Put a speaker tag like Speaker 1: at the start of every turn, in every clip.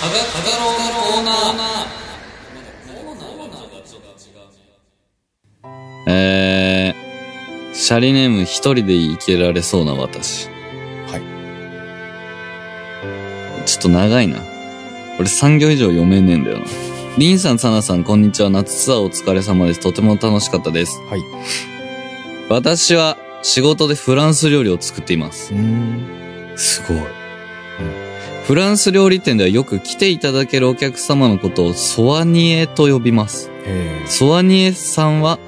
Speaker 1: ハガハガローのコーナー。
Speaker 2: えー、シャリネーム一人でいけられそうな私。はい。ちょっと長いな。俺3行以上読めねえんだよな。リンさん、サナさん、こんにちは。夏ツアーお疲れ様です。とても楽しかったです。
Speaker 3: はい。。
Speaker 2: 私は仕事でフランス料理を作っています。すごい。フランス料理店ではよく来ていただけるお客様のことをソワニエと呼びます。ソワニエさんは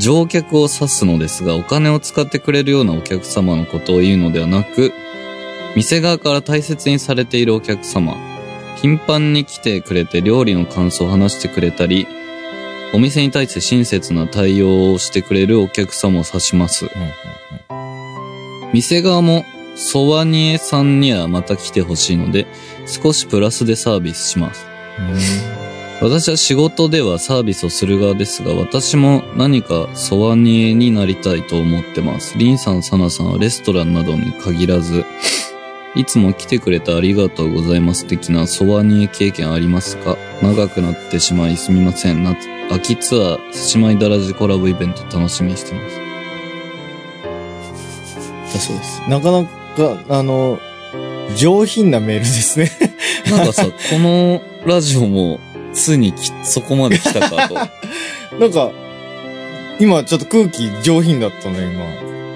Speaker 2: 乗客を指すのですが、お金を使ってくれるようなお客様のことを言うのではなく、店側から大切にされているお客様、頻繁に来てくれて料理の感想を話してくれたり、お店に対して親切な対応をしてくれるお客様を指します。店側もソワニエさんにはまた来てほしいので、少しプラスでサービスします。私は仕事ではサービスをする側ですが、私も何かソワニエになりたいと思ってます。リンさん、サナさんはレストランなどに限らず、いつも来てくれてありがとうございます的なソワニエ経験ありますか長くなってしまいすみません。夏、秋ツアー、獅子舞だらじコラボイベント楽しみにしてます
Speaker 3: だそうです。 なかなかが、あの、上品なメールですね
Speaker 2: なんかさ、このラジオも、ついにき、そこまで来たかと。
Speaker 3: なんか、今ちょっと空気上品だったね、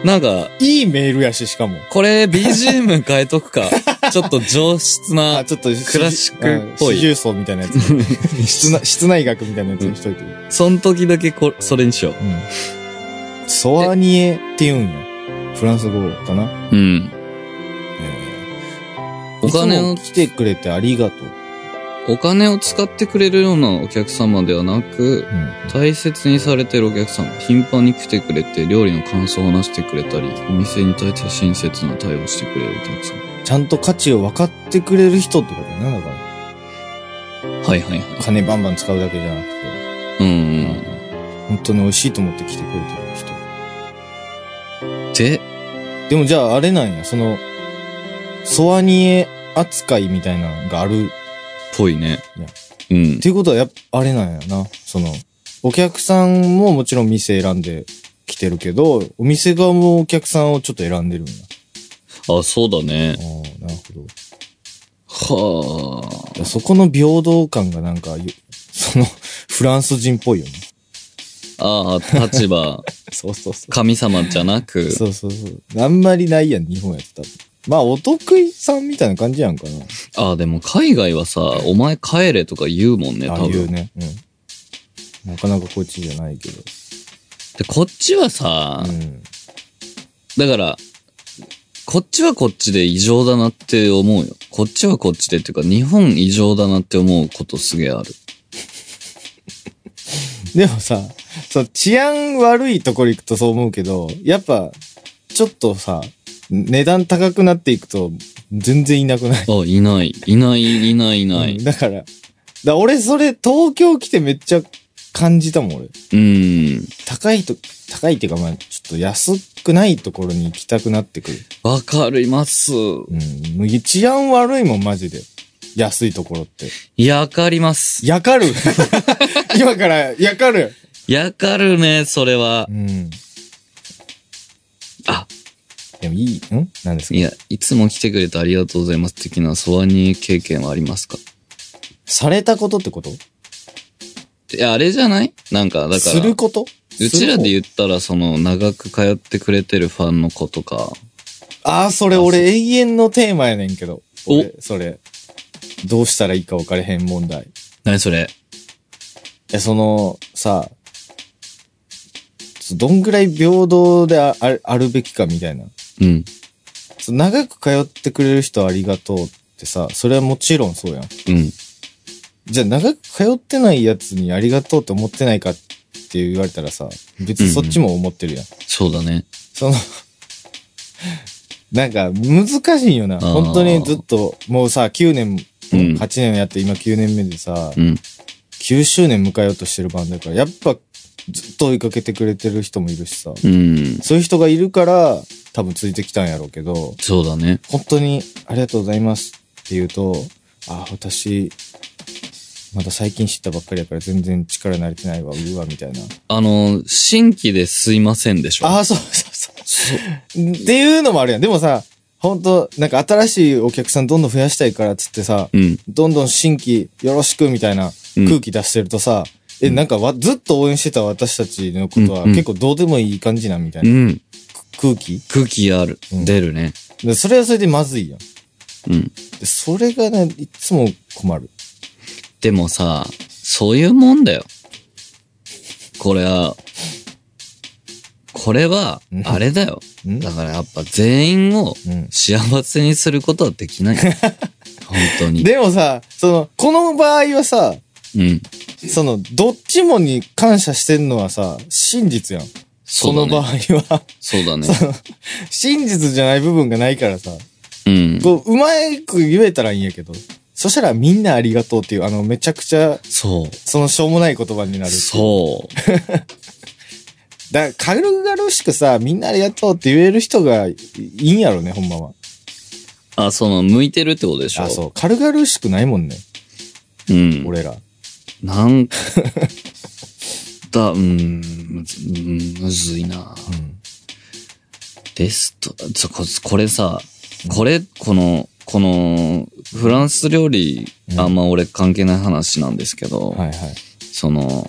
Speaker 2: 今。なんか、
Speaker 3: いいメールやし、しかも。
Speaker 2: これ、BGM 変えとく か。ちょっと上質な、
Speaker 3: ちょっと
Speaker 2: クラシックっぽい。
Speaker 3: 重層みたいなやつ。 室内、室内学みたいなやつにしといて。うん、
Speaker 2: その時だけこ、それにしよう。
Speaker 3: うん、ソワニエって言うんや。フランス語かな。
Speaker 2: うん。
Speaker 3: お金を。来てくれてありがと
Speaker 2: う。お金を使ってくれるようなお客様ではなく、うん、大切にされてるお客様、頻繁に来てくれて、料理の感想を話してくれたり、お店に対して親切な対応してくれるお客様。。
Speaker 3: ちゃんと価値を分かってくれる人ってことね、だから
Speaker 2: はいはいはい。
Speaker 3: 金バンバン使うだけじゃなくて。
Speaker 2: うん、うん。
Speaker 3: 本当に美味しいと思って来てくれ
Speaker 2: てる人。
Speaker 3: で、でもじゃああれなんや、その、ソワニエ扱いみたいなのがある。
Speaker 2: ぽいね。
Speaker 3: いや。
Speaker 2: うん。
Speaker 3: っていうことはやっぱ、あれなんやな。その、お客さんももちろん店選んできてるけど、お店側もお客さんをちょっと選んでるんだ。
Speaker 2: あ、そうだね。
Speaker 3: ああ、なる
Speaker 2: ほど。はあ。
Speaker 3: そこの平等感がなんか、その、 フランス人っぽいよね。
Speaker 2: ああ、立場。
Speaker 3: そうそうそう。
Speaker 2: 神様じゃな く。
Speaker 3: そうそうそう。あんまりないやん、日本やったら。まあ、お 得意さんみたいな感じやんかな。
Speaker 2: ああ、でも海外はさ、お前帰れとか言うもんね、多分。
Speaker 3: 言うね。うん。なかなかこっちじゃないけど。
Speaker 2: で、こっちはさ、うん、だから、こっちはこっちで異常だなって思うよ。こっちはこっちでっていうか、日本異常だなって思うことすげえある。
Speaker 3: でもさ、そう、治安悪いところ行くとそう思うけど、やっぱ、ちょっとさ、値段高くなっていくと、全然いなくない
Speaker 2: あ、いない。いない、いない、いない。
Speaker 3: うん、だから、だ俺それ東京来てめっちゃ感じたもん、俺。
Speaker 2: うん。
Speaker 3: 高いと、高いっていうかまあ、ちょっと安くないところに行きたくなってくる。。
Speaker 2: わかります。うん
Speaker 3: 治安悪いもん、マジで。安いところって。
Speaker 2: やかります。
Speaker 3: やかる今から、やかる。
Speaker 2: やかるね、それは。
Speaker 3: うん。
Speaker 2: あ、
Speaker 3: でもいい、ん何ですか
Speaker 2: いや、いつも来てくれてありがとうございます的なソワニエ経験はありますか
Speaker 3: されたことってこと
Speaker 2: いや、あれじゃないなんか、だから。
Speaker 3: すること
Speaker 2: うちらで言ったら、その、長く通ってくれてるファンの子とか。
Speaker 3: ああ、それ俺永遠のテーマやねんけど。おそれ。どうしたらいいか分かれへん問題。
Speaker 2: 何それ
Speaker 3: え、その、さ、どんぐらい平等でああるべきかみたいな。
Speaker 2: うん。
Speaker 3: 長く通ってくれる人ありがとうってさ、それはもちろんそうやん。
Speaker 2: うん。
Speaker 3: じゃあ長く通ってないやつにありがとうって思ってないかって言われたらさ、別にそっちも思ってるやん。うんうん、
Speaker 2: そうだね。
Speaker 3: そのなんか難しいよな。本当にずっと、もうさ、9年、うん、8年やって今9年目でさ、
Speaker 2: うん、
Speaker 3: 9周年迎えようとしてるバンドだから、やっぱずっと追いかけてくれてる人もいるしさ、
Speaker 2: うん、
Speaker 3: そういう人がいるから多分ついてきたんやろうけど
Speaker 2: そうだね
Speaker 3: 本当にありがとうございますって言うとあ、私、まだ最近知ったばっかりだから全然力慣れてないわ、うわ、みたいな。
Speaker 2: あの、新規ですいませんでしょ。
Speaker 3: ああ、そうそうそう。っていうのもあるやん。でもさ、本当なんか新しいお客さんどんどん増やしたいからっつってさ、
Speaker 2: うん。
Speaker 3: どんどん新規よろしくみたいな
Speaker 2: うん
Speaker 3: 空気出してるとさ、え、なんかわ、ずっと応援してた私たちのことは
Speaker 2: うんうん。
Speaker 3: 結構どうでもいい感じなみたいうなん空気。
Speaker 2: 空気ある。
Speaker 3: うん
Speaker 2: 出るね。
Speaker 3: でそれはそれでまずいやん。
Speaker 2: うん。
Speaker 3: でそれがね、いつも困る。
Speaker 2: でもさ、そういうもんだよ。これは、これは
Speaker 3: う、ん
Speaker 2: あれだよ。
Speaker 3: うん
Speaker 2: だからやっぱ全員を
Speaker 3: うん。
Speaker 2: 幸せにすることはでき ない。本当に。
Speaker 3: でもさ、その、この場合はさ、
Speaker 2: うん。
Speaker 3: その、どっちもに感謝してんのはさ、真実やん。
Speaker 2: そ
Speaker 3: そうの
Speaker 2: だ
Speaker 3: 場合
Speaker 2: ね。
Speaker 3: は。
Speaker 2: そうだね。
Speaker 3: その真実じゃない部分がないからさ、
Speaker 2: うん。
Speaker 3: こう、うまく言えたらいいんやけど、そしたらみんなありがとうっていう、あの、めちゃくちゃ、
Speaker 2: そ
Speaker 3: そのしょうもない言葉にな
Speaker 2: う。
Speaker 3: る。
Speaker 2: そう。
Speaker 3: う。だ軽々しくさ、みんなありがとうって言える人がいいんやろね、ほんまは。
Speaker 2: あ、その、向いてるってことでしょ
Speaker 3: あ、そう。軽々しくないもんね、
Speaker 2: う。うん。
Speaker 3: 俺ら。
Speaker 2: なん か、だ、うん、むずうんむずいな。
Speaker 3: うん。
Speaker 2: ですと、そこ、これさ、これ、この、この、フランス料理、
Speaker 3: うん
Speaker 2: あんま俺関係ない話なんですけど、
Speaker 3: はいはい。
Speaker 2: その、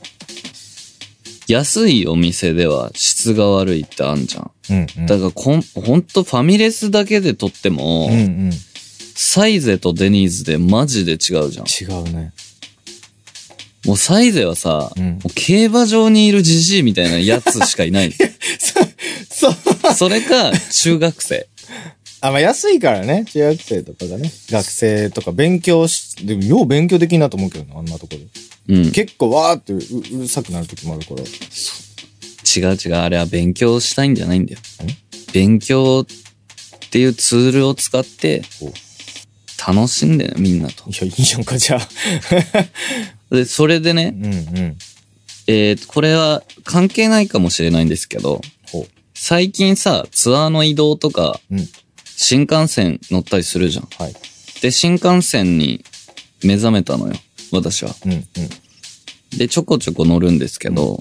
Speaker 2: 安いお店では質が悪いってあんじゃん。
Speaker 3: うん、うん。
Speaker 2: だからこん、ほんとファミレスだけでとっても、
Speaker 3: うんうん。違
Speaker 2: サイゼとデニーズでマジで違うじゃん。
Speaker 3: うね。
Speaker 2: もうサイゼはさ、
Speaker 3: うん
Speaker 2: もう競馬場にいるジジイみたいなやつしかい ない。
Speaker 3: そう。
Speaker 2: それか、中学生。
Speaker 3: あ、まあ、安いからね。中学生とかがね。学生とか勉強し、でも、よう勉強できんなと思うけどな、あんなとこで。
Speaker 2: うん。違う
Speaker 3: 結構わーってううるさくなる時もあるから。
Speaker 2: 違う、あれは勉強したいんじゃないんだよ
Speaker 3: ん。
Speaker 2: 勉強っていうツールを使って
Speaker 3: お、
Speaker 2: 楽しんでね、みんなと
Speaker 3: い。や、いいやんか、じゃあ。
Speaker 2: で、それで
Speaker 3: う
Speaker 2: ね、
Speaker 3: んうん。
Speaker 2: えー、これは関係ないかもしれないんですけど、
Speaker 3: ほう。
Speaker 2: 最近さ、ツアーの移動とか、
Speaker 3: うん。
Speaker 2: 新幹線乗ったりするじゃん。
Speaker 3: はい。
Speaker 2: で、新幹線に目覚めたのよ、私は。
Speaker 3: うんうん。
Speaker 2: で、ちょこちょこ乗るんですけど、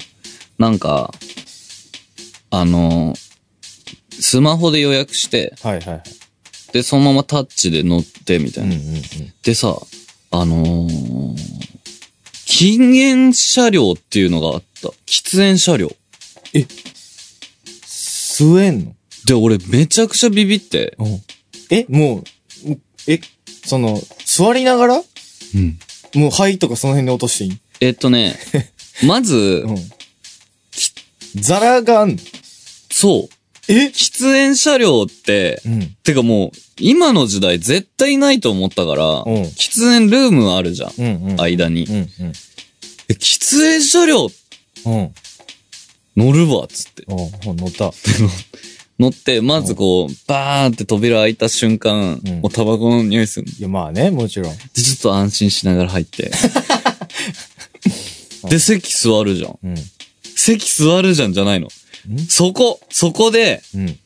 Speaker 2: なんか、あの、スマホで予約して、
Speaker 3: はいはいはい。
Speaker 2: で、そのままタッチで乗って、みた
Speaker 3: う
Speaker 2: い
Speaker 3: ん
Speaker 2: な。
Speaker 3: うんうん。
Speaker 2: でさ、あのー禁煙車両っていうのがあった。喫煙車両。
Speaker 3: 吸えんの
Speaker 2: で、俺めちゃくちゃビビって。
Speaker 3: うん。え、もう、うえ、その、座りながらもう、肺とかその辺に落としていい
Speaker 2: えっとね、 まず、
Speaker 3: うん。ザラがあんの
Speaker 2: そう。
Speaker 3: え
Speaker 2: 喫煙車両って、
Speaker 3: うん。
Speaker 2: てかもう、今の時代絶対ないと思ったから、
Speaker 3: うん
Speaker 2: 喫煙ルームあるじゃん。
Speaker 3: うんうん。
Speaker 2: 間に
Speaker 3: う。ん
Speaker 2: え喫煙車両
Speaker 3: うん。うん。
Speaker 2: 乗るわ、つって。
Speaker 3: おう乗った。
Speaker 2: 乗って、まずこう、バーンって扉開いた瞬間、
Speaker 3: うん
Speaker 2: もうタバコの匂いするの。
Speaker 3: いや、まあね、もちろん。
Speaker 2: で、ちょっと安心しながら入 って。で、席座るじゃん。
Speaker 3: うん。
Speaker 2: 席座るじゃんじゃないの。そこ、そこで、
Speaker 3: うん。うん。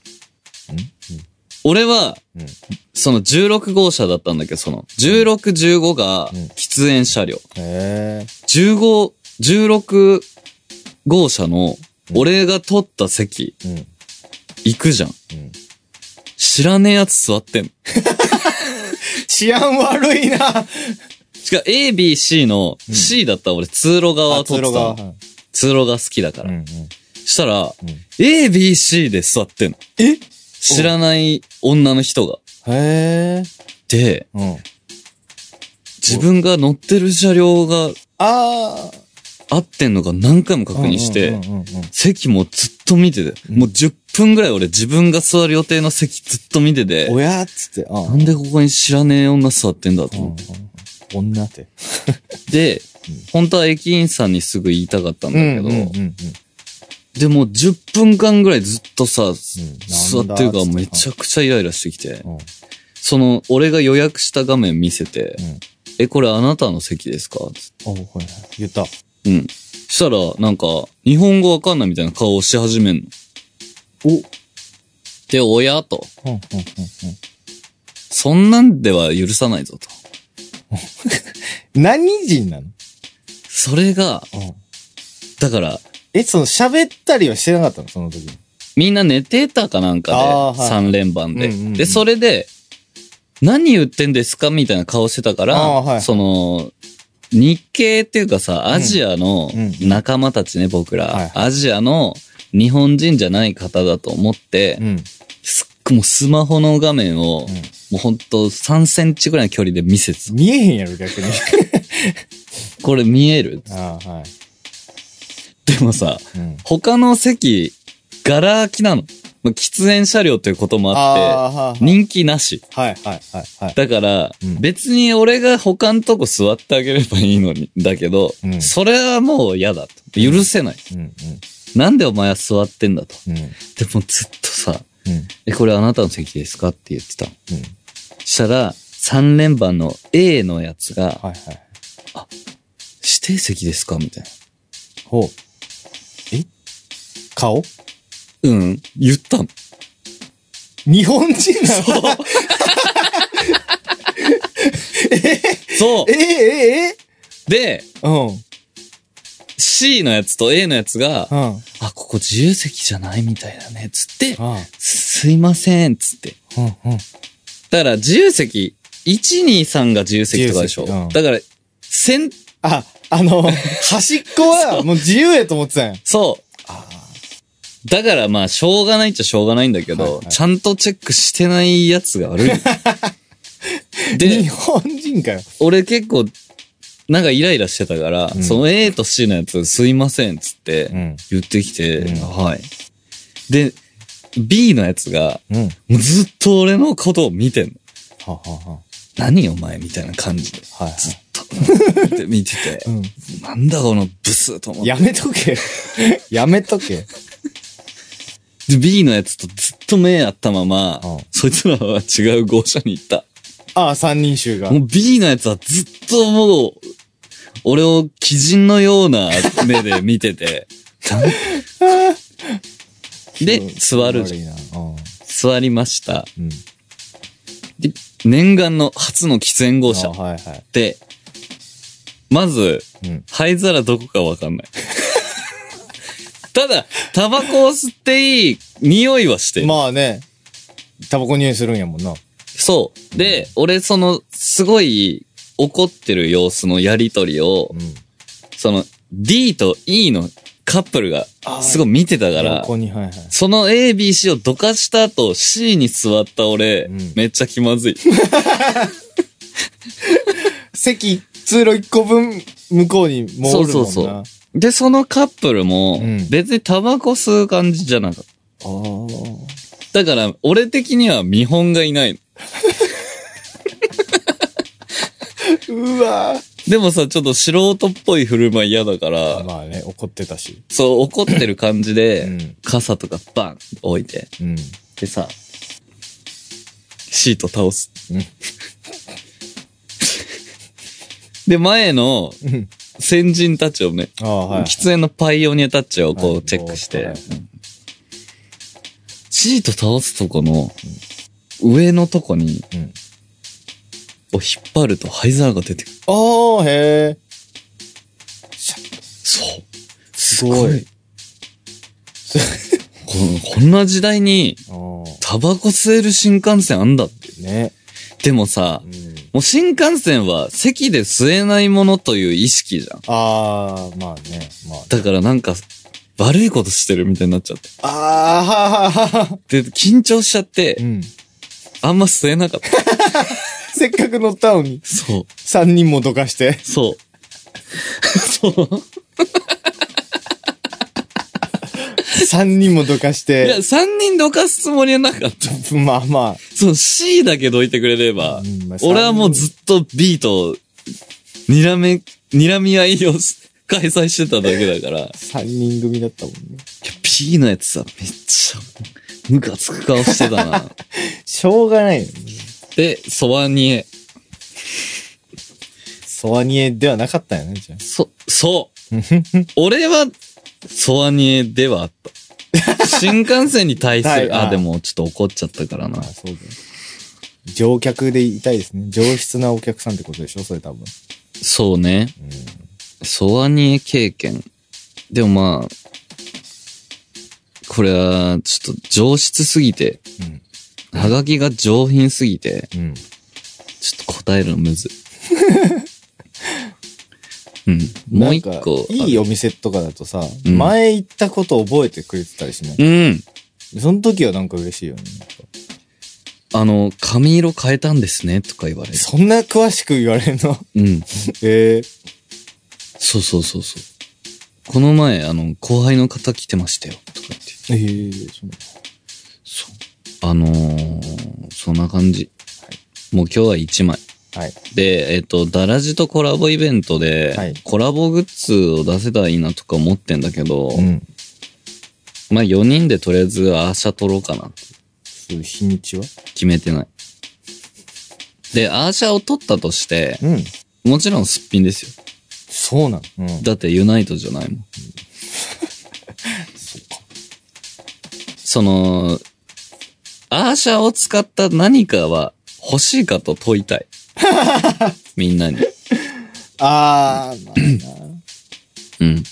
Speaker 2: 俺は、
Speaker 3: うん
Speaker 2: その16号車だったんだけど、その、16、15が
Speaker 3: うん
Speaker 2: 喫煙車両。
Speaker 3: へえ。
Speaker 2: 15、16号車の、俺が取った席、
Speaker 3: うん。うん。
Speaker 2: 行くじゃん。知らねえやつ座ってんの。
Speaker 3: 治安悪いな。
Speaker 2: しか、A、B、C の C だったら俺通路側
Speaker 3: あ、
Speaker 2: 取ってたの。
Speaker 3: はい
Speaker 2: 通路側好きだか
Speaker 3: う
Speaker 2: ら。
Speaker 3: んうん。
Speaker 2: したら、
Speaker 3: うん
Speaker 2: A、B、C で座ってんの。
Speaker 3: え
Speaker 2: 知らない女の人が。
Speaker 3: へえ。
Speaker 2: で、
Speaker 3: うん。
Speaker 2: 自分が乗ってる車両が
Speaker 3: あ
Speaker 2: 合ってんのか何回も
Speaker 3: あ。
Speaker 2: 確認して、
Speaker 3: うんうんうんうん
Speaker 2: 席もずっと見てて、
Speaker 3: うん
Speaker 2: もう10分ぐらい俺自分が座る予定の席ずっと見てて、
Speaker 3: おやっつって、あ
Speaker 2: なんでここに知らねえ女座ってんだと思って。
Speaker 3: 女って。
Speaker 2: で
Speaker 3: うん、
Speaker 2: 本当は駅員さんにすぐ言いたかったんだけど、
Speaker 3: ん。
Speaker 2: でも10分間ぐらいずっとさ、座
Speaker 3: 座
Speaker 2: ってるからめち
Speaker 3: ゃ。
Speaker 2: ゃくちゃイライラしてきて、
Speaker 3: うん
Speaker 2: その、俺が予約した画面見せて、
Speaker 3: うん
Speaker 2: え、これあなたの席ですかつって
Speaker 3: おはいはい言った。
Speaker 2: うん。したら、なんか、日本語わかんないみたいな顔をし始めんの。
Speaker 3: お、うん
Speaker 2: で、親と。
Speaker 3: うんうんうん。
Speaker 2: そんなんでは許さないぞと。
Speaker 3: 何人なの
Speaker 2: それが、
Speaker 3: うん
Speaker 2: だから、
Speaker 3: え、その喋ったりはしてなかったのその時。
Speaker 2: みんな寝てたかなん
Speaker 3: あ
Speaker 2: か
Speaker 3: ー
Speaker 2: で、
Speaker 3: はい
Speaker 2: 三3連番で、
Speaker 3: うんうんうん
Speaker 2: で、それで、何言ってんですかみたいな顔してたから、
Speaker 3: あーはい
Speaker 2: その、日系っていうかさ、アジアの
Speaker 3: うんうん
Speaker 2: 仲間たちね、僕ら、
Speaker 3: はいはい
Speaker 2: アジアの日本人じゃない方だと思って、
Speaker 3: うん。
Speaker 2: すっごいもうスマホの画面を、
Speaker 3: うん
Speaker 2: もうほんと3センチぐらいの距離で見せてた
Speaker 3: 見えへんやろ、逆に。
Speaker 2: これ見える
Speaker 3: ああ、はい。
Speaker 2: でもさ、
Speaker 3: うん。
Speaker 2: 他の席、ガラ空きなの。まあ喫煙車両ということもあっ
Speaker 3: あー、は
Speaker 2: て、人気なし。
Speaker 3: あはい、はい、はい、はい。
Speaker 2: だから、
Speaker 3: うん
Speaker 2: 別に俺が他のとこ座ってあげればいいのに、だけど、
Speaker 3: うん
Speaker 2: それはもう嫌だと。許せない。
Speaker 3: うん、うん、
Speaker 2: なんでお前は座ってんだと。
Speaker 3: うん、
Speaker 2: でもずっとさ、
Speaker 3: うん、
Speaker 2: え、これあなたの席ですかって言ってたの。
Speaker 3: うん。
Speaker 2: したら、3連番の A のやつが、
Speaker 3: はい、はい。
Speaker 2: 指定席ですかみたいな。
Speaker 3: ほう。え顔
Speaker 2: うん、言ったの。
Speaker 3: 日本人なの
Speaker 2: そ
Speaker 3: ええええ
Speaker 2: う。で、
Speaker 3: うん。うん。
Speaker 2: C のやつと A のやつが、
Speaker 3: あ
Speaker 2: あ、ここ自由席じゃないみたいだね、つって、
Speaker 3: あ。
Speaker 2: すいません、つって。
Speaker 3: うん、うん。
Speaker 2: だから自由席、123が自由席とかでしょ。
Speaker 3: 自由席うん
Speaker 2: だから、先、
Speaker 3: あ、あの、端っこはもう自由やと思ってたんや。
Speaker 2: そう。
Speaker 3: あ
Speaker 2: だからまあ、しょうがないっちゃしょうがないんだけど、
Speaker 3: はいはい
Speaker 2: ちゃんとチェックしてないやつが悪い。
Speaker 3: 日
Speaker 2: で、
Speaker 3: 本人かよ。
Speaker 2: 俺結構、なんかイライラしてたから、
Speaker 3: ん
Speaker 2: その A と C のやつ、すいません、つって、
Speaker 3: ん。
Speaker 2: 言ってきて、
Speaker 3: うん
Speaker 2: はい。で、B のやつが、
Speaker 3: うん。は
Speaker 2: もうずっと俺のことを見てんの。
Speaker 3: はは
Speaker 2: 何お前みたいな感じで。
Speaker 3: は。はい。
Speaker 2: ず っとで見てて、
Speaker 3: う
Speaker 2: なんだこのブスと思
Speaker 3: ん。
Speaker 2: って。
Speaker 3: やめとけ。やめとけ。
Speaker 2: で、B のやつとずっと目あったまま
Speaker 3: うん、
Speaker 2: そいつらは違う号車に行った。
Speaker 3: ああ、三人衆が。
Speaker 2: もう B のやつはずっともう、俺を鬼人のような目で見て て。で、座るじゃん。
Speaker 3: ゃん。
Speaker 2: 座りました。
Speaker 3: うん。
Speaker 2: で、念願の初の喫煙号車
Speaker 3: あ。はいは
Speaker 2: で、まず、
Speaker 3: い。うん。
Speaker 2: 灰皿どこかわか んない。ただ、タバコを吸っていい匂いはしてる。
Speaker 3: まあね、タバコ匂いするんやもんな。
Speaker 2: そう。で、俺その、すごい怒ってる様子のやりとりを
Speaker 3: う、ん。
Speaker 2: その D と E のカップルが
Speaker 3: あー
Speaker 2: すごい見てたから、
Speaker 3: 横に、はいはい。
Speaker 2: その A、B、C をどかした後 C に座った俺、
Speaker 3: うん
Speaker 2: めっちゃ気まずい。
Speaker 3: 席、通路一個分、向こうにもうおるもんな。
Speaker 2: そうそうで、そのカップルも
Speaker 3: うん、
Speaker 2: 別にタバコ吸う感じじゃなかった。
Speaker 3: そう。
Speaker 2: だから、俺的には見本がいないの。
Speaker 3: うわぁ
Speaker 2: でもさ、ちょっと素人っぽい振る舞い嫌だから、
Speaker 3: まあね、怒ってたし。
Speaker 2: そう怒ってる感じで、
Speaker 3: うん
Speaker 2: 傘とかバンって置いて、
Speaker 3: うん。
Speaker 2: でさ、シート倒す。
Speaker 3: うん
Speaker 2: で、前の先人たちをね、
Speaker 3: ああ、はい。
Speaker 2: 喫煙のパイオニアたちをこ
Speaker 3: は
Speaker 2: う
Speaker 3: い
Speaker 2: チェックし
Speaker 3: は
Speaker 2: て
Speaker 3: い、
Speaker 2: シート倒すとこの上のとこに、
Speaker 3: うん
Speaker 2: を引っ張ると灰皿が出てくる。
Speaker 3: ああ、へえ。
Speaker 2: そう。
Speaker 3: すごい。
Speaker 2: ここんな時代に
Speaker 3: ああ。
Speaker 2: タバコ吸える新幹線あんだって。
Speaker 3: ね。
Speaker 2: でもさ
Speaker 3: う、ん。
Speaker 2: もう新幹線は席で吸えないものという意識じゃん。
Speaker 3: ああ、まあね、まあ。
Speaker 2: だからなんか、悪いことしてるみたいになっちゃって。
Speaker 3: ああ、はははは。
Speaker 2: で、緊張しちゃって
Speaker 3: う、ん。
Speaker 2: あんま吸えなかった。
Speaker 3: せっかく乗ったのに、
Speaker 2: そう。
Speaker 3: 三人もどかして。
Speaker 2: そう。 そう。
Speaker 3: 三人もどかし
Speaker 2: いや、
Speaker 3: て。
Speaker 2: 三人どかすつもりはなかった。
Speaker 3: まあま
Speaker 2: その C だけどいてくれれば、
Speaker 3: うんまあ
Speaker 2: 俺はもうずっと B と、睨め、睨み合いをす開催してただけだから。
Speaker 3: あ、三人組だったもんね。
Speaker 2: いや、P のやつさ、めっちゃ、ムカつく顔してたな。
Speaker 3: しょうがないよね。
Speaker 2: で、ソワニエ。
Speaker 3: ソワニエではなかったよね、じゃ
Speaker 2: そ、そう。俺は、ソワニエではあ った。新幹線に対す
Speaker 3: は
Speaker 2: る、
Speaker 3: い
Speaker 2: あ、
Speaker 3: あ
Speaker 2: でもちょっと怒っちゃったからな
Speaker 3: あ。あ。そうだよ。乗客でいたいですね。上質なお客さんってことでしょそれ多分。
Speaker 2: そうね。
Speaker 3: うん
Speaker 2: ソワニエ経験。でもまあ、これは、ちょっと上質すぎて、はがきが上品すぎて、
Speaker 3: うん。うん。
Speaker 2: ちょっと答えるのむ ずい。うん。もう一
Speaker 3: なんか
Speaker 2: 個。
Speaker 3: いいお店とかだとさ、
Speaker 2: うん
Speaker 3: 前行ったこと覚えてくれてたりしない、
Speaker 2: うん。
Speaker 3: その時はなんか嬉しいよね。
Speaker 2: あの、髪色変えたんですね、とか言われる。
Speaker 3: そんな詳しく言われんの
Speaker 2: うん。
Speaker 3: ええ
Speaker 2: そうそうそうそう。この前、あの、後輩の方来てましたよ、とか言って。
Speaker 3: ええそんな
Speaker 2: そう。あのー、そんな感じ。もう今日は1枚。
Speaker 3: はい。
Speaker 2: で、えっ、と、ダラジとコラボイベントで、
Speaker 3: はい
Speaker 2: コラボグッズを出せたらいいなとか思ってんだけど、
Speaker 3: うん。
Speaker 2: まあ4人でとりあえずアーシャ撮ろうかな。
Speaker 3: そういう日にちは
Speaker 2: 決めてない。で、アーシャを撮ったとして、
Speaker 3: うん。
Speaker 2: もちろんすっぴんですよ。
Speaker 3: そうなの。うん。
Speaker 2: だってユナイトじゃない もん。その、アーシャを使った何かは欲しいかと問いた い。みんなに。
Speaker 3: あー、まあな
Speaker 2: うん。だ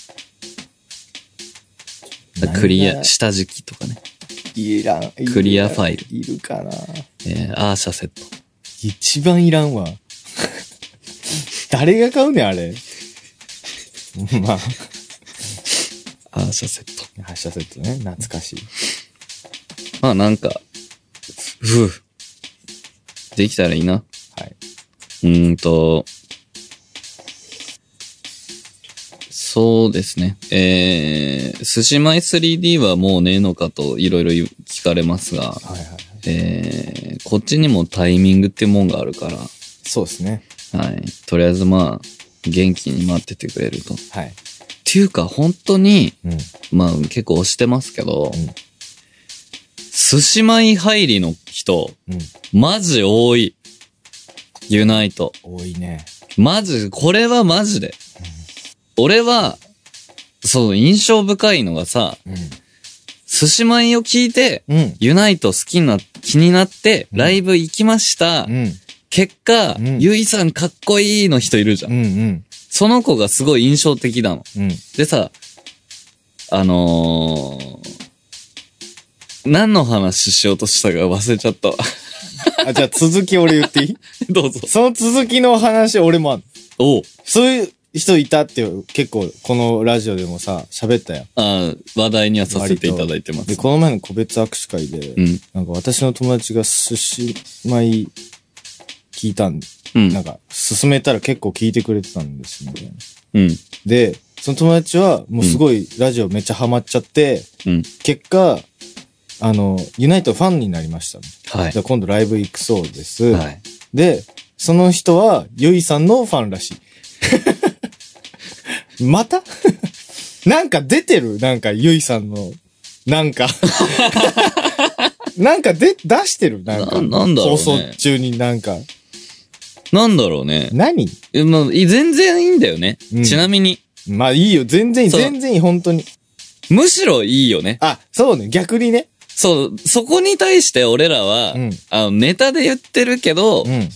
Speaker 3: なんだ
Speaker 2: クリア、下敷きとかね。
Speaker 3: いらん。
Speaker 2: クリアファイル
Speaker 3: いるかな。
Speaker 2: えー、アーシャセット。
Speaker 3: 一番いらんわ。 誰が買うねん、あれ。 まあ、
Speaker 2: アーシャセット。
Speaker 3: 発射セットね。懐かしい。
Speaker 2: まあなんか、ふう。できたらいいな。
Speaker 3: はい。
Speaker 2: うーんと、そうですね。えー、寿司米 3D はもうねえのかといろいろ聞かれますが、
Speaker 3: はいはいはい。
Speaker 2: えー、こっちにもタイミングってもんがあるから、
Speaker 3: そうですね。
Speaker 2: はい。とりあえずまあ、元気に待っててくれると。っ
Speaker 3: はい。
Speaker 2: ていうか、本当に、
Speaker 3: うん。
Speaker 2: まあ結構押してますけど、
Speaker 3: うん
Speaker 2: 寿司米入りの人、
Speaker 3: うん。
Speaker 2: マジ多い。ユナイト。
Speaker 3: 多いね。
Speaker 2: マジ、これはマジで。俺は、そう、印象深いのがさ、
Speaker 3: う
Speaker 2: 寿司米を聞いて、
Speaker 3: ん。うん。
Speaker 2: ユナイト好きな、気になって、
Speaker 3: うん
Speaker 2: ライブ行きました。
Speaker 3: うん。
Speaker 2: 結果、
Speaker 3: うん
Speaker 2: ゆいさんかっこいいの人いるじゃ。
Speaker 3: うんん。うん。
Speaker 2: その子がすごい印象的だの。
Speaker 3: うん。
Speaker 2: でさ、あのー、何の話しようとしたか忘れちゃったわ。
Speaker 3: あ、じゃあ続き俺言ってい い
Speaker 2: どうぞ。
Speaker 3: その続きの話俺もある。
Speaker 2: おう
Speaker 3: そういう人いたって結構このラジオでもさ、喋ったよ。
Speaker 2: あー話題にはさせていただいてま
Speaker 3: で、
Speaker 2: す。
Speaker 3: この前の個別握手会で、
Speaker 2: うん。
Speaker 3: なんか私の友達が寿司米聞いたんで、
Speaker 2: うん
Speaker 3: なん。か勧めたら結構聞いてくれてたんですみたいな。
Speaker 2: うん。
Speaker 3: で、その友達はもうすごいラジオめっちゃハマっちゃって、
Speaker 2: うん。
Speaker 3: 結果、あの、ユナイトファンになりました、
Speaker 2: はい
Speaker 3: じゃ。あ今度ライブ行くそうです。
Speaker 2: はい。
Speaker 3: で、その人は、ゆいさんのファンらしい。 またなんか出てるなんか、ゆいさんの、なんか。 なんかで、出してるなんか。
Speaker 2: ななんだろうね
Speaker 3: 放送中になんか。
Speaker 2: なんだろうね。
Speaker 3: 何
Speaker 2: えまあ、い全然いいんだよね。
Speaker 3: うん
Speaker 2: ちなみに。
Speaker 3: まあいいよ。全然いい。
Speaker 2: そう
Speaker 3: 全然いい。本当に。
Speaker 2: むしろいいよね。
Speaker 3: あ、そうね。逆にね。
Speaker 2: そう、そこに対して俺らは、
Speaker 3: うん
Speaker 2: あの、ネタで言ってるけど、
Speaker 3: うん。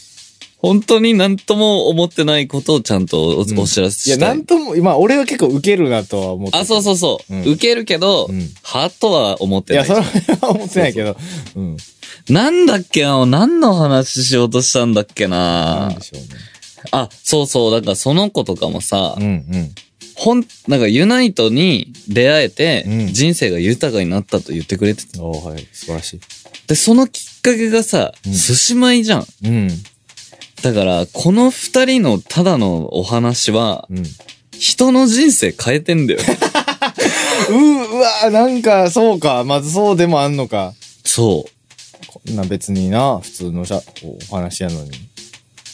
Speaker 2: 本当になんとも思ってないことをちゃんとお,、
Speaker 3: うん
Speaker 2: 知らせ
Speaker 3: い
Speaker 2: し
Speaker 3: や、な
Speaker 2: たい。
Speaker 3: んとも、まあ俺は結構ウケるなとは思って。
Speaker 2: あ、そうそうそう。
Speaker 3: うん
Speaker 2: 受けるけど、
Speaker 3: うん
Speaker 2: はとは思って
Speaker 3: い
Speaker 2: な
Speaker 3: や、
Speaker 2: い
Speaker 3: それは思ってないけど。うん。
Speaker 2: なんだっけな何の話しようとしたんだっけな
Speaker 3: な
Speaker 2: ん
Speaker 3: でしょうね。
Speaker 2: あ、そうそう。だからその子とかもさ、
Speaker 3: うん
Speaker 2: ほん、なんかユナイトに出会えて、
Speaker 3: うん
Speaker 2: 人生が豊かになったと言ってくれてて
Speaker 3: うん。おーはい。素晴らしい。
Speaker 2: で、そのきっかけがさ、
Speaker 3: うん
Speaker 2: 寿司米じゃん。
Speaker 3: うん。
Speaker 2: だから、この二人のただのお話は、
Speaker 3: うん。
Speaker 2: 人の人生変えてんだよ。
Speaker 3: ううわなんか、そうか。まずそうでもあんのか。
Speaker 2: そ
Speaker 3: こんな別にな、普通のしゃおお話やのに。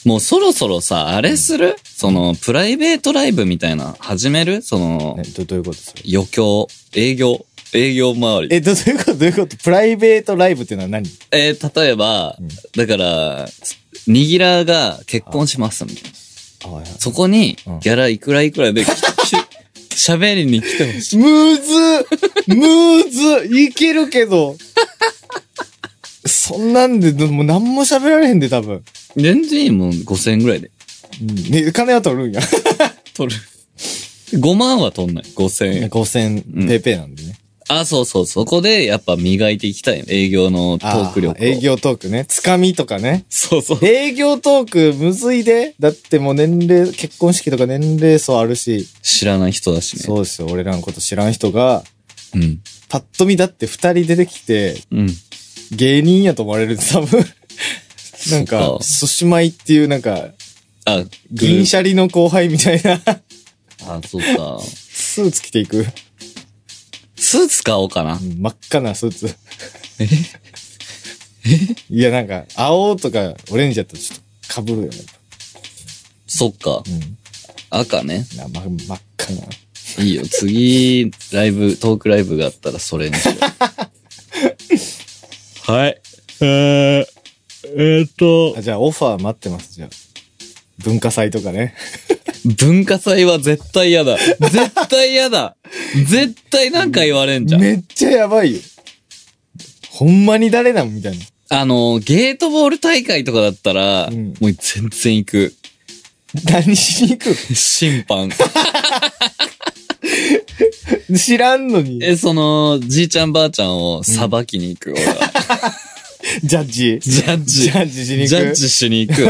Speaker 2: う。もうそろそろさ、あれする、その、プライベートライブみたいな、始めるその、
Speaker 3: ね、ど、どういうことそれ
Speaker 2: 余興、営業、営業周り。
Speaker 3: え、ど、どういうことどういうことプライベートライブっていうのは何
Speaker 2: えー例えば、
Speaker 3: うん
Speaker 2: だから、にぎらが結婚しますみたいな。
Speaker 3: はいはい
Speaker 2: そこに
Speaker 3: うん、
Speaker 2: ギャラいくらいくらで、 きき喋りに来てほしい。
Speaker 3: むずむずいけるけど。そんなんで、でも何も喋られへんで、多分。
Speaker 2: 全然いいもん、5000円ぐらいで。
Speaker 3: うんね、金は取るんや。
Speaker 2: 取る。5万は取んない。5000円。う
Speaker 3: 5000
Speaker 2: ん
Speaker 3: ペーペーなんでね。
Speaker 2: あ、そうそう。そこでやっぱ磨いていきたい。営業のトーク力
Speaker 3: あー営。業トークね。つかみとかね。
Speaker 2: そうそう。
Speaker 3: 営業トークむずいで。だってもう年齢、結婚式とか年齢層あるし。
Speaker 2: 知らない人だしね。
Speaker 3: そうですよ。俺らのこと知らん人が、
Speaker 2: うん。
Speaker 3: パッと見だって二人出てきて、
Speaker 2: うん。
Speaker 3: 芸人やと思われる多分。 なん
Speaker 2: そ
Speaker 3: か
Speaker 2: っ、か
Speaker 3: すしまいっていうなんか、
Speaker 2: あ、
Speaker 3: 銀シャリの後輩みたいな、
Speaker 2: あ、そうか。
Speaker 3: スーツ着ていく。
Speaker 2: スーツ買おうかな
Speaker 3: う。ん真っ赤なスーツ。えいや、なんか、青とかオレンジだったらちょっと被るよね。
Speaker 2: そっか。
Speaker 3: うん。
Speaker 2: 赤ね。
Speaker 3: なま、真っ赤な。
Speaker 2: いいよ。次、ライブ、トークライブがあったらそれにし よう。はい。えー、えーっと
Speaker 3: あ、じゃあ、オファー待ってます、じゃあ。文化祭とかね。
Speaker 2: 文化祭は絶対嫌だ。絶対嫌だ。絶対なんか言われんじゃん。
Speaker 3: めっちゃやばいよ。ほんまに誰なんみたいな。
Speaker 2: あの、ゲートボール大会とかだったら、
Speaker 3: うん
Speaker 2: もう全然行く。
Speaker 3: 何しに行く
Speaker 2: 審 判。
Speaker 3: の知らんのに。
Speaker 2: え、その、じいちゃんばあちゃんを裁きに行く、俺は。
Speaker 3: ジャッジ。
Speaker 2: ジャッジ。
Speaker 3: ジャッジしに行く
Speaker 2: ジャッジしに行く。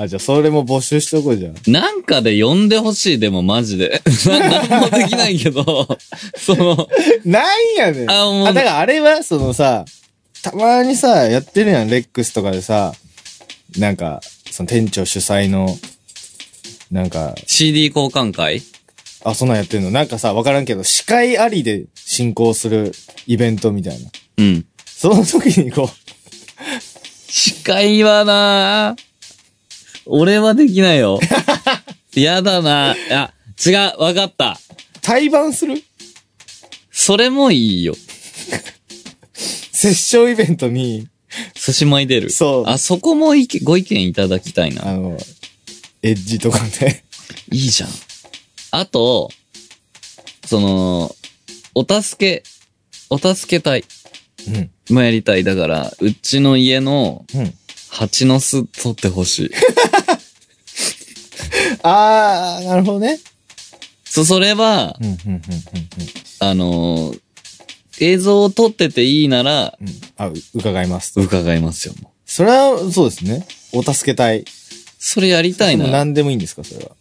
Speaker 3: あ、じゃあ、それも募集しとこうじゃん。
Speaker 2: なんかで呼んでほしい、でもマジで。 な、なんもできないけど、 その、
Speaker 3: なんやねん。
Speaker 2: あもう
Speaker 3: あ、だからあれは、そのさ、たまにさ、やってるやん、レックスとかでさ、なんか、その店長主催の、なんか、
Speaker 2: CD 交換会
Speaker 3: あ、そんなんやってんのなんかさ、わからんけど、司会ありで進行するイベントみたいな。
Speaker 2: うん。
Speaker 3: その時にこ
Speaker 2: 司会はな俺はできない よ。やだなあ、違う、わかった。
Speaker 3: う、対バンする
Speaker 2: それもいいよ。
Speaker 3: 殺傷イベントに、
Speaker 2: 寿司舞出る。
Speaker 3: そう
Speaker 2: あ、そこもいけご意見いただきたい
Speaker 3: あ
Speaker 2: な。
Speaker 3: の、エッジとかね。
Speaker 2: いいじゃん。あと、その、お助け、お助け隊
Speaker 3: うん。
Speaker 2: もやりたい。だから、うちの家の
Speaker 3: うん。
Speaker 2: 蜂の巣取ってほしい。
Speaker 3: あー、なるほどね。
Speaker 2: そ、 それは、
Speaker 3: うん、うん、うん、うん。
Speaker 2: あのー映像を撮ってていいなら、
Speaker 3: うん。あ、う伺いますと。
Speaker 2: 伺いますよ、もう
Speaker 3: それは、そうですね。お助け隊。
Speaker 2: それやりたい
Speaker 3: でも
Speaker 2: な。
Speaker 3: 何でもいいんですか、それは。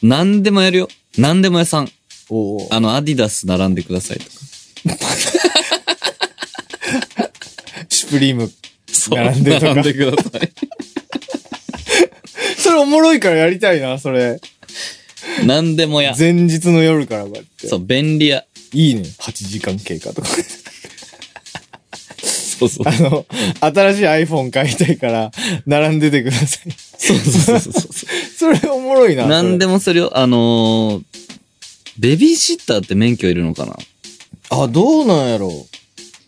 Speaker 2: 何でもやるよ。何でも屋さん。
Speaker 3: おお。
Speaker 2: あの、アディダス並んでくださいとか。
Speaker 3: シュプリーム。
Speaker 2: そう
Speaker 3: 並んでとか
Speaker 2: 並んでくださ い。
Speaker 3: それおもろいからやりたいな、それ。
Speaker 2: 何でもや。
Speaker 3: 前日の夜からこうやって。
Speaker 2: そう、便利屋。
Speaker 3: いいね。8時間経過とか。
Speaker 2: そうそう
Speaker 3: あ。の、新しい iPhone 買いたいから、並んでてください。
Speaker 2: そうそうそうそうそ
Speaker 3: それおもろいな。
Speaker 2: う。 何で
Speaker 3: も。
Speaker 2: もするよ。あのーベビーシッターって免許いるのかな
Speaker 3: あ、どうなんやろ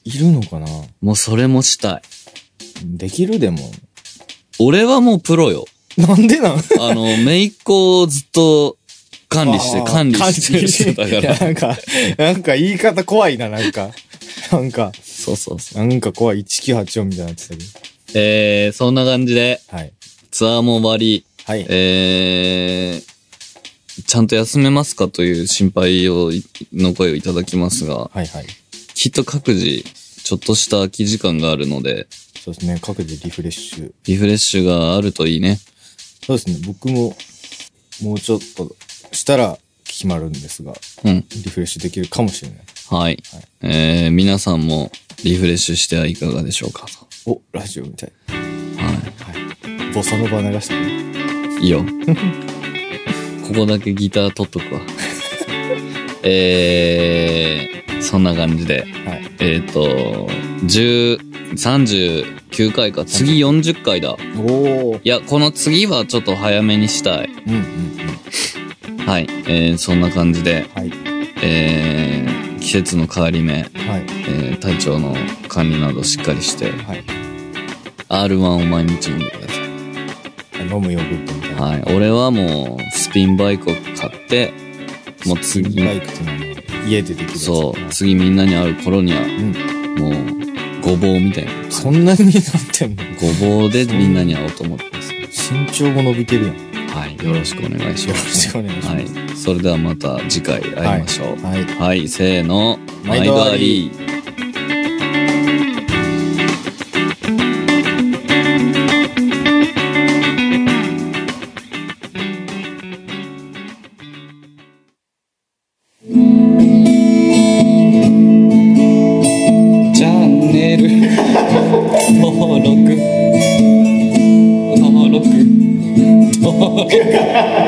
Speaker 3: いるのかな
Speaker 2: もうそれもしたい。
Speaker 3: できるでも。
Speaker 2: 俺はもうプロよ。
Speaker 3: なんでなん
Speaker 2: あの、めいっ子をずっと管理して、
Speaker 3: あー
Speaker 2: 管理してる人
Speaker 3: 管理
Speaker 2: だ
Speaker 3: いや
Speaker 2: から。
Speaker 3: なんか、なんか言い方怖いな、なんか。なんか、
Speaker 2: そうそうそう。
Speaker 3: なんか怖い。1984みたいになってたけど。
Speaker 2: えー、そんな感じで、
Speaker 3: はい。
Speaker 2: ツアーも終わり、
Speaker 3: はい。
Speaker 2: えー、ちゃんと休めますかという心配をい、の声をいただきますが、
Speaker 3: はいはい。
Speaker 2: きっと各自、ちょっとした空き時間があるので、
Speaker 3: そうですね。各自リフレッシュ。
Speaker 2: リフレッシュがあるといいね。
Speaker 3: そうですね。僕も、もうちょっとしたら決まるんですが、
Speaker 2: うん。
Speaker 3: リフレッシュできるかもしれない。
Speaker 2: はい。えー、皆さんもリフレッシュしてはいかがでしょうかと。
Speaker 3: お、ラジオみたい。
Speaker 2: は
Speaker 3: はい。ボサノバ流してね
Speaker 2: い。いいよ。ここだけギター取っとく わ。えー、そんな感じで。
Speaker 3: はい。
Speaker 2: えっ、ー、と、10、39回か。次40回だ。
Speaker 3: おー。
Speaker 2: いや、この次はちょっと早めにしたい。
Speaker 3: うんうんうん。
Speaker 2: はい。えー、そんな感じで、
Speaker 3: はい。
Speaker 2: えー、季節の変わり目、
Speaker 3: はい。
Speaker 2: えー、体調の管理などしっかりして、
Speaker 3: はい。
Speaker 2: R1 を毎日飲んでください。
Speaker 3: 飲むヨーグルトみたいな。
Speaker 2: はい。俺はもう、スピンバイクを買って、もう次、
Speaker 3: バイクっていうのは家でできるやつ
Speaker 2: そう、次みんなに会う頃には、
Speaker 3: うん。
Speaker 2: もう、ごぼうみたいな。
Speaker 3: そんなになってんの
Speaker 2: ごぼうでみんなに会おうと思ってます。
Speaker 3: 身長も伸びてるやん。
Speaker 2: はい。はい。よろしくお願いし
Speaker 3: よ
Speaker 2: ま
Speaker 3: ろし
Speaker 2: す。
Speaker 3: くお願いし
Speaker 2: は
Speaker 3: ま
Speaker 2: い。それではまた次回会いましょう。
Speaker 3: す。はい。
Speaker 2: はい、せーの、
Speaker 3: 毎
Speaker 2: 毎
Speaker 3: 度
Speaker 2: 度
Speaker 3: あ
Speaker 2: あ
Speaker 3: り
Speaker 2: り。チャンネル登録登録登録